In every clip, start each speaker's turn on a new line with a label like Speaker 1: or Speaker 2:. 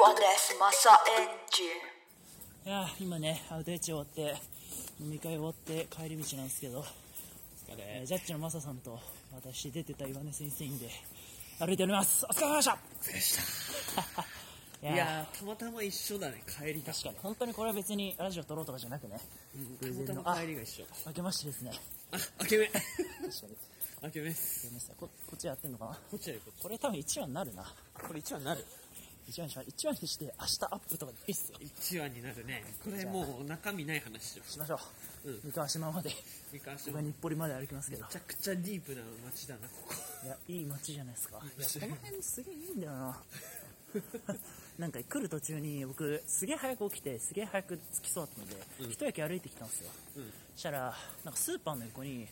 Speaker 1: マサエンジ
Speaker 2: いやー今ね、アウトレッチ終わって、飲み会終わって帰り道なんですけど、えージャッジのマサさんと私出てた岩根先生院で歩いております。お疲れ様でした
Speaker 3: い
Speaker 2: いや
Speaker 3: やーたまたま一緒だね帰り
Speaker 2: ー
Speaker 3: が
Speaker 2: 確かに、本当にこれは別にラジオ撮ろうとかじゃなくね、
Speaker 3: うんたまたま帰りが一緒
Speaker 2: 明けましてですね。
Speaker 3: ああけめ
Speaker 2: 確かに。
Speaker 3: あけめです
Speaker 2: ごめんなさい、ここっちやってんのかな
Speaker 3: こっちはよこっ
Speaker 2: これ多分1話になるな。
Speaker 3: ちこれ1話になる
Speaker 2: 1話にしま1話にして明日アップとかでいいっすよ。
Speaker 3: 1話になるねこれもう中身ない話でし
Speaker 2: しましょう。
Speaker 3: うん
Speaker 2: 三河島まで、
Speaker 3: ょ三河島
Speaker 2: 今
Speaker 3: め
Speaker 2: 日暮里まで歩きますけど。
Speaker 3: ちゃくちゃディープな街だなここ
Speaker 2: いや、いい街じゃないですか。いや、
Speaker 3: 街
Speaker 2: この辺すげえいいんだよな。 なんか来る途中に僕、すげえ早く起きて、すげえ早く着きそうだったので、
Speaker 3: うん
Speaker 2: 一駅歩いてきたんですよ。
Speaker 3: うん
Speaker 2: そしたら、なんかスーパーの横に、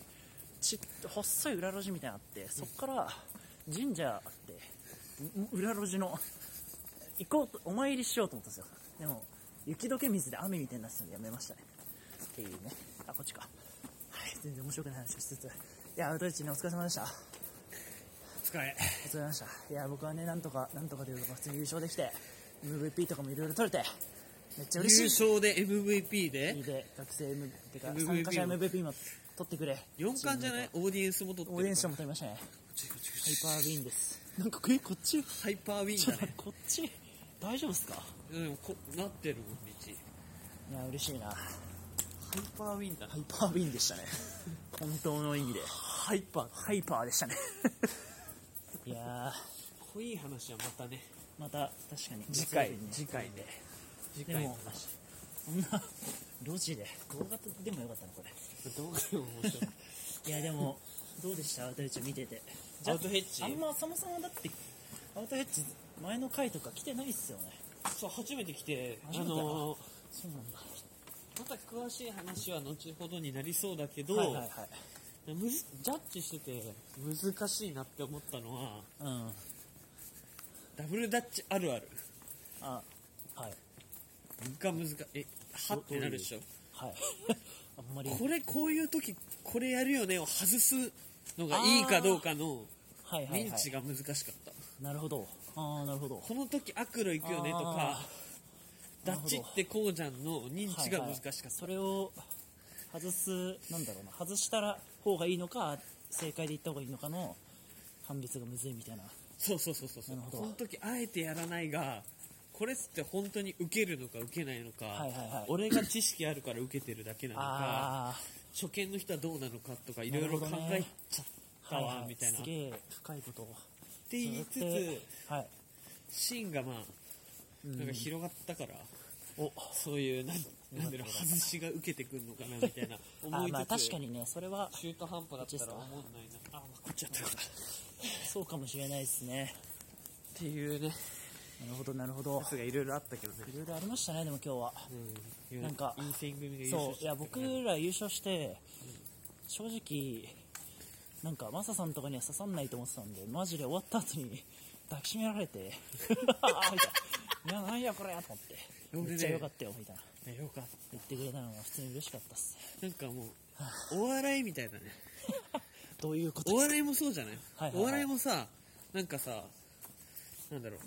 Speaker 2: ちっ細い裏路地みたいなのあって、そっから神社あって、う裏路地の、行こうと、お参りしようと思ったんですよ。でも、雪解け水で雨みたいになってたんでやめましたね。っていうね。あ、こっちか。はい、全然面白くない話をしつつ。いや、アウトレッチね、お疲れ様でした。
Speaker 3: 疲れ
Speaker 2: お疲れ様でした。いや、僕はね、なんとか、なんとかというか、普通に優勝できて、MVP とかもいろいろ取れて、めっちゃ
Speaker 3: 優
Speaker 2: 嬉しい。
Speaker 3: 勝で MVP
Speaker 2: いい
Speaker 3: で
Speaker 2: で、学生 M、てか、
Speaker 3: MVP
Speaker 2: 参加者 MVP も取ってくれ。
Speaker 3: 4冠じゃないオーディエンスも取って
Speaker 2: オーディエンス賞
Speaker 3: も
Speaker 2: も取りましたね。ハイパ
Speaker 3: ハ
Speaker 2: ーウィンです。なんか、え、こっち
Speaker 3: イパーウィン
Speaker 2: ちょっ
Speaker 3: だ
Speaker 2: と
Speaker 3: ね
Speaker 2: こっち、大丈夫ですか
Speaker 3: うんこなってるもん道
Speaker 2: いや、嬉しいな。ハ
Speaker 3: ハイパーウィンだ
Speaker 2: イパーウィンでした ね。本当の意味で。
Speaker 3: ハイパー
Speaker 2: ハイパーでしたね。 いや
Speaker 3: 濃い話はまたね
Speaker 2: ー、また、確かに。
Speaker 3: 次回で次
Speaker 2: で
Speaker 3: 回の
Speaker 2: も
Speaker 3: 話、
Speaker 2: そんな、路地で、動画撮ってもよかったな、これ。
Speaker 3: 動画でも面白
Speaker 2: い
Speaker 3: い
Speaker 2: やでもどうでしたアウトヘッジ見てて
Speaker 3: アウトヘッジ
Speaker 2: あんまそもそもだってアウトヘッジ前の回とか来てないっすよね
Speaker 3: そう初めて来てあ
Speaker 2: 初めて
Speaker 3: のー
Speaker 2: そうなんだ
Speaker 3: また詳しい話は後ほどになりそうだけど、
Speaker 2: はいはいはい
Speaker 3: むずジャッジしてて難しいなって思ったのは
Speaker 2: うん
Speaker 3: ダブルダッチあるある
Speaker 2: あはい
Speaker 3: が難しいえはってなるでしょ
Speaker 2: はい あんまり
Speaker 3: これこういう時これやるよねを外すのがいいかどうかの
Speaker 2: はいはいはい
Speaker 3: 認知が難しかった、
Speaker 2: なるほどああなるほど
Speaker 3: この時悪路行くよねとか
Speaker 2: あー
Speaker 3: ダッチってこうじゃんの認知が難しか
Speaker 2: は
Speaker 3: った、
Speaker 2: いはいそれを外すなんだろうな外したら方がいいのか正解でいった方がいいのかの判別がむずいみたいな
Speaker 3: そうそうそうそうそう
Speaker 2: なるほど
Speaker 3: この時あえてやらないがこれっつって本当に受けるのか受けないのか、
Speaker 2: はいはいはい
Speaker 3: 俺が知識あるから受けてるだけなのか
Speaker 2: あ
Speaker 3: 初見の人はどうなのかとかいろいろ考えちゃっ
Speaker 2: あ
Speaker 3: たわ、みたいなっ
Speaker 2: す
Speaker 3: て
Speaker 2: げえ深いことを
Speaker 3: 言いつ
Speaker 2: そうやって
Speaker 3: つ
Speaker 2: はい
Speaker 3: シーンがまあなんか広がったから、
Speaker 2: お
Speaker 3: そういうなんなんだろう外しが受けてくるのかなみた いな思
Speaker 2: あ
Speaker 3: いつつ、
Speaker 2: まあ確かにねそれは
Speaker 3: 中途半端だったら思んないなあ、まあ、こっちやったこっちやった
Speaker 2: そうかもしれないですね
Speaker 3: っていうねや
Speaker 2: なるほどなるほど
Speaker 3: つがいろいろあったけどね
Speaker 2: いろいろありましたねでも今日は
Speaker 3: うん
Speaker 2: なんか
Speaker 3: 陰線組が優勝
Speaker 2: そう
Speaker 3: し
Speaker 2: い
Speaker 3: た
Speaker 2: や
Speaker 3: からね
Speaker 2: 僕ら優勝して正直なんかマサさんとかには刺さんないと思ってたんでマジで終わった後に抱きしめられて あみたいな「いやなんやこれ」と思って「
Speaker 3: 俺ね
Speaker 2: めっちゃ良かったよ」みたいな
Speaker 3: ねよかっ
Speaker 2: 言ってくれたのが普通に嬉しかったっす
Speaker 3: たなんかもうお笑いみたいだね
Speaker 2: どういうこと
Speaker 3: お
Speaker 2: ですか
Speaker 3: 笑いもそうじゃない,、
Speaker 2: はいはい
Speaker 3: お笑いもさなんかさなんだろう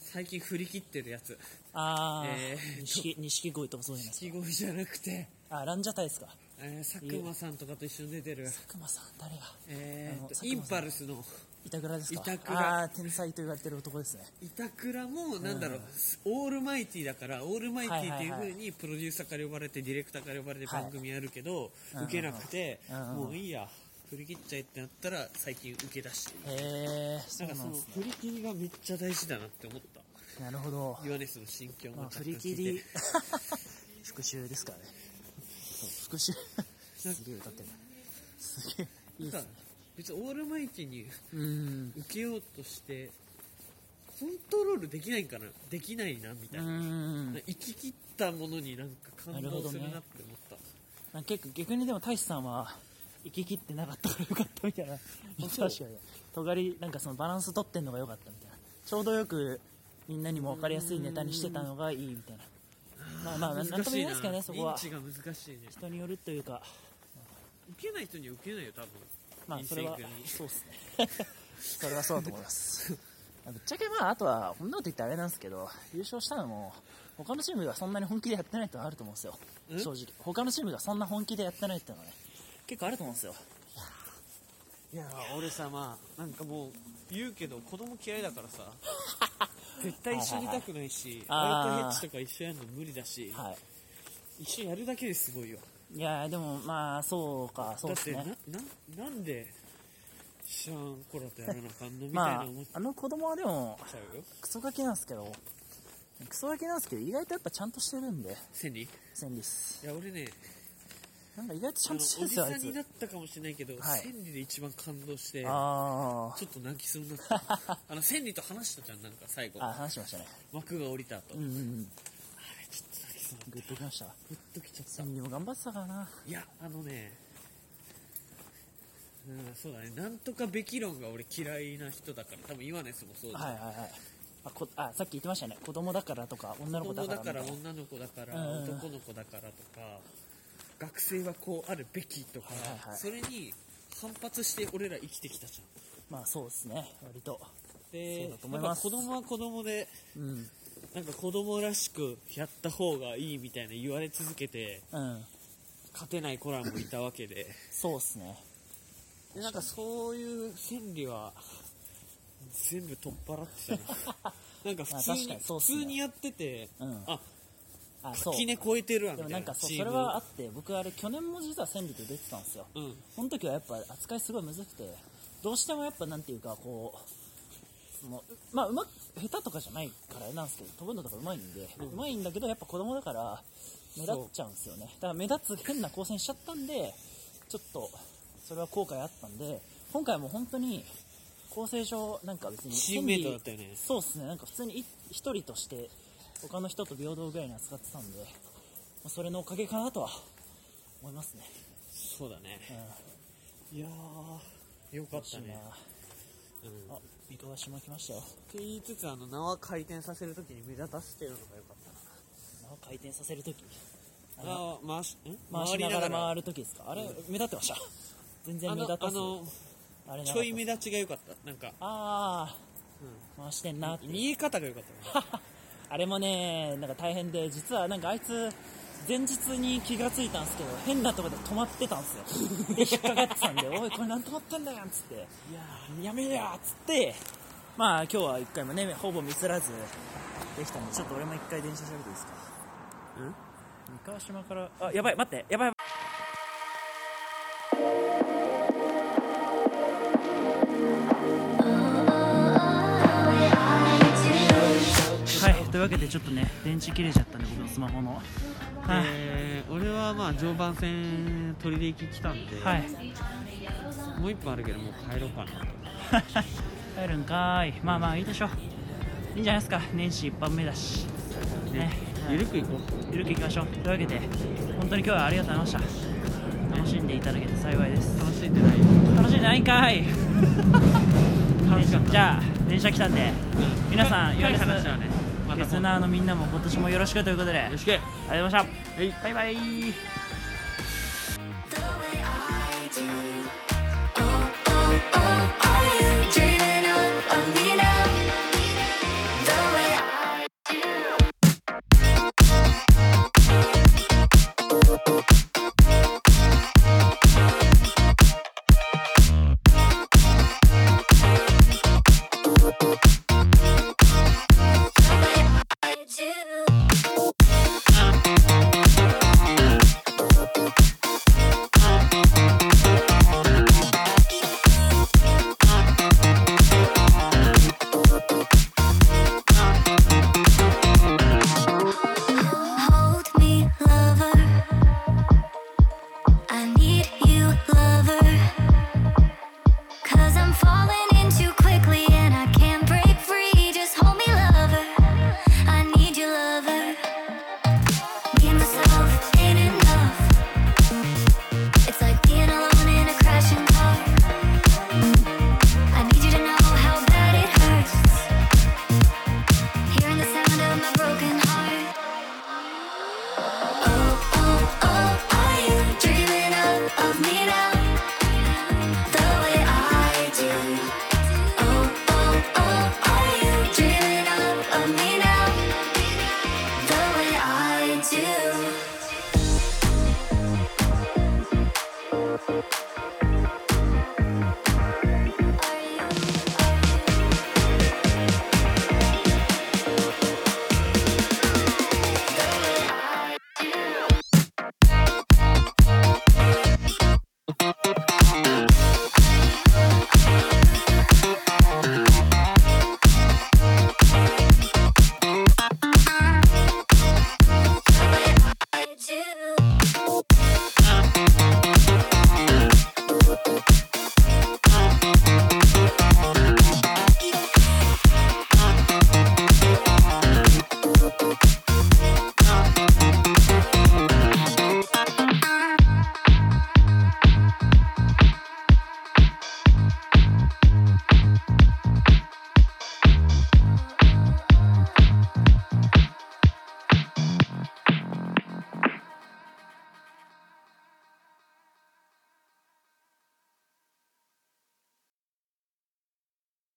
Speaker 3: 最近振り切ってるやつ
Speaker 2: ああ、
Speaker 3: えー
Speaker 2: 錦錦鯉とかそうじゃないです
Speaker 3: 七五じゃなくて、
Speaker 2: かあランジャタイですか
Speaker 3: えー佐久間さんとかと一緒に出てる、
Speaker 2: 熊さん誰が
Speaker 3: えーと
Speaker 2: あの佐久間さん
Speaker 3: インパルスの
Speaker 2: 板倉ですか
Speaker 3: 板倉
Speaker 2: ああ天才と言われてる男ですね
Speaker 3: 板倉もなんだろう、オールマイティだからオールマイティっていう
Speaker 2: はいはい
Speaker 3: 風
Speaker 2: は
Speaker 3: にプロデューサーから呼ばれてディレクターから呼ばれて
Speaker 2: はい
Speaker 3: 番組やるけど、受けなくて、
Speaker 2: うんうんうん
Speaker 3: もういいや振り切っちゃえってなったら最近受け出してる
Speaker 2: へえそ
Speaker 3: な
Speaker 2: うん
Speaker 3: か
Speaker 2: な
Speaker 3: そ
Speaker 2: ん
Speaker 3: の
Speaker 2: です
Speaker 3: 振り切りがめっちゃ大事だなって思った
Speaker 2: ねなるほど
Speaker 3: 岩根スの心境
Speaker 2: ま
Speaker 3: も
Speaker 2: あ、
Speaker 3: ちゃん
Speaker 2: 振
Speaker 3: と聞
Speaker 2: り
Speaker 3: いて
Speaker 2: 切り 復讐ですからねそう復讐すげえ歌ってるすげえいいっす
Speaker 3: なん
Speaker 2: ね
Speaker 3: か別にオールマイティに
Speaker 2: うーん
Speaker 3: 受けようとしてコントロールできないかなできないなみ
Speaker 2: う
Speaker 3: たいな、
Speaker 2: ーん
Speaker 3: 生き切ったものになんか感動するなって思った、
Speaker 2: なんか結構逆にでも大志さんは生き切ってなかったからよかったみたいな確
Speaker 3: そ
Speaker 2: か
Speaker 3: う
Speaker 2: にとがりなんかそのバランス取ってんのが良かったみたいなちょうどよくみんなにも分かりやすいネタにしてたのがいいみたいなまあまあななんとも言えないですけどねそこは
Speaker 3: 認知が難しいね
Speaker 2: 人によるというか
Speaker 3: 受けない人には受けないよ多分
Speaker 2: まあそれは
Speaker 3: 人生
Speaker 2: そうですねそれはそうだと思います ぶっちゃけまああとはこんなこと言ってあれなんですけど優勝したのも他のチームがそんなに本気でやってないってのはあると思うんですよ
Speaker 3: ん
Speaker 2: 正直他のチームがそんな本気でやってないってのはね結構あると思うんですよ
Speaker 3: いや俺さまあなんかもう言うけど子供嫌いだからさ 絶対一緒にいたくないし
Speaker 2: はいはいはい
Speaker 3: 俺とヘ
Speaker 2: あー
Speaker 3: ッジとか一緒やるの無理だし、
Speaker 2: は
Speaker 3: 一緒やるだけですごいよ
Speaker 2: いいやーでもまあそうかそうです
Speaker 3: だっ
Speaker 2: ね
Speaker 3: てなななんで知らん頃とやらなあかんのみたい
Speaker 2: ま
Speaker 3: な
Speaker 2: あ
Speaker 3: 思っち
Speaker 2: あの子供はでも
Speaker 3: ゃうよ
Speaker 2: クソガキなんですけどクソガキなんですけど意外とやっぱちゃんとしてるんで
Speaker 3: 千里い
Speaker 2: 千里っす
Speaker 3: や俺ね
Speaker 2: なんか意外とち
Speaker 3: あ
Speaker 2: ゃん
Speaker 3: の
Speaker 2: として
Speaker 3: お
Speaker 2: るんですよ
Speaker 3: じさ
Speaker 2: あ
Speaker 3: ん
Speaker 2: い
Speaker 3: に
Speaker 2: つ
Speaker 3: なったかもしれないけど、
Speaker 2: はい
Speaker 3: 千里で一番感動してちょ
Speaker 2: あー
Speaker 3: っと泣きそうになった あの千里と話したじゃんなんか最後
Speaker 2: あ話しましたね
Speaker 3: 幕が降りた後、
Speaker 2: うんうんうん
Speaker 3: あれちょっと泣きそうになった
Speaker 2: グッときました
Speaker 3: グッときちゃった
Speaker 2: 千里も頑張ってたからない
Speaker 3: やあのねうんそうだねなんとかべき論が俺嫌いな人だから多分今のやつもそうだ、
Speaker 2: はいはいはいあこあさっき言ってましたね子供だからとか女の子
Speaker 3: 子
Speaker 2: だ
Speaker 3: 供
Speaker 2: か
Speaker 3: だ
Speaker 2: ら
Speaker 3: から
Speaker 2: みたいな
Speaker 3: 女の子だから
Speaker 2: うんうん
Speaker 3: 男の子だからとか学生はこうあるべきと
Speaker 2: は
Speaker 3: か、
Speaker 2: いはいはい
Speaker 3: それに反発して俺ら生きてきたじゃん
Speaker 2: まあそうですね割とそう
Speaker 3: で
Speaker 2: だと思います
Speaker 3: やっぱ子供は子供で
Speaker 2: うん
Speaker 3: なんか子供らしくやった方がいいみたいな言われ続けて
Speaker 2: うん
Speaker 3: 勝てない子らもいたわけで
Speaker 2: そうですね
Speaker 3: でなんかそういう心理は全部取っ払ってた ななんか普通に
Speaker 2: まあ確かにそうっ
Speaker 3: 普
Speaker 2: すね
Speaker 3: 通にやってて、
Speaker 2: うん
Speaker 3: あ
Speaker 2: あそう
Speaker 3: 垣根超えてるわ
Speaker 2: で
Speaker 3: みた
Speaker 2: も
Speaker 3: いな
Speaker 2: なんかそう
Speaker 3: チー
Speaker 2: そ
Speaker 3: ム
Speaker 2: れはあって僕あれ去年も実は千里と出てたんですよ
Speaker 3: うん
Speaker 2: その時はやっぱ扱いすごいむずくてどうしてもやっぱなんていうかこうそのうまあうまく下手とかじゃないからあれなんですけど飛ぶのとかうまいんで、う
Speaker 3: うん
Speaker 2: まいんだけどやっぱ子供だから目立っちゃうんですよねだから目立つ変な光線しちゃったんでちょっとそれは後悔あったんで今回も本当に構成上なんか別に
Speaker 3: チームメイトだったよね
Speaker 2: そうですねなんか普通にい一人として他の人と平等ぐらいに扱ってたんでまあそれのおかげかなとは思いますね、
Speaker 3: そうだね
Speaker 2: うん、
Speaker 3: いやーよかっ
Speaker 2: 嬉したいな
Speaker 3: ね、うん、
Speaker 2: あ、三河島来ましたよ。
Speaker 3: って言いつつあの縄回転させるときに目立たせてるのがよかっ
Speaker 2: 縄回転させるとき。
Speaker 3: たなあ回しん
Speaker 2: 回しながら回
Speaker 3: る
Speaker 2: るときですか。あれ、目立ってました。全然
Speaker 3: あ
Speaker 2: 目
Speaker 3: の
Speaker 2: 立た
Speaker 3: あ
Speaker 2: ず。
Speaker 3: の
Speaker 2: あれな
Speaker 3: ち
Speaker 2: か
Speaker 3: ょ
Speaker 2: っ
Speaker 3: い
Speaker 2: た
Speaker 3: 目立ちが良かったなんか、
Speaker 2: あ
Speaker 3: う
Speaker 2: あ、回してんなって
Speaker 3: ん、。見え方が良かったね
Speaker 2: あれもね、なんか大変で、実はなんかあいつ、前日に気がついたんですけど、変なとこで止まってたん ですよ。で、引っかかってたんで、おい、これなん止まってんだよっつって。
Speaker 3: いや
Speaker 2: やめりゃっつってまあ今日は一回もねほぼミスらずできたんでちょっと俺も一回電車調べていいですか
Speaker 3: うん
Speaker 2: 三河島からあやばい待ってやばいやばいはいというわけでちょっとね電池切れちゃったんで僕のスマホのは
Speaker 3: えー、俺はまあ常磐線取りで行き来たんで、
Speaker 2: い、はい、
Speaker 3: もう一本あるけどもう帰ろうか な
Speaker 2: 帰るんかーいまあまあいいでしょいいんじゃないですか年始一般目だしね
Speaker 3: ゆるく行こう
Speaker 2: ゆるくいきましょうというわけで本当に今日はありがとうございました楽しんでいただけて幸いです
Speaker 3: 楽しんでない
Speaker 2: 楽しんでないんか い
Speaker 3: 楽しかった
Speaker 2: じゃあ電車来たんで皆さんよ
Speaker 3: よい
Speaker 2: ろしく
Speaker 3: 話はねまた
Speaker 2: リス
Speaker 3: 今度よ
Speaker 2: ナーのみんなも今年もよろしくということであり
Speaker 3: ろしく
Speaker 2: がとうございましたバイバイ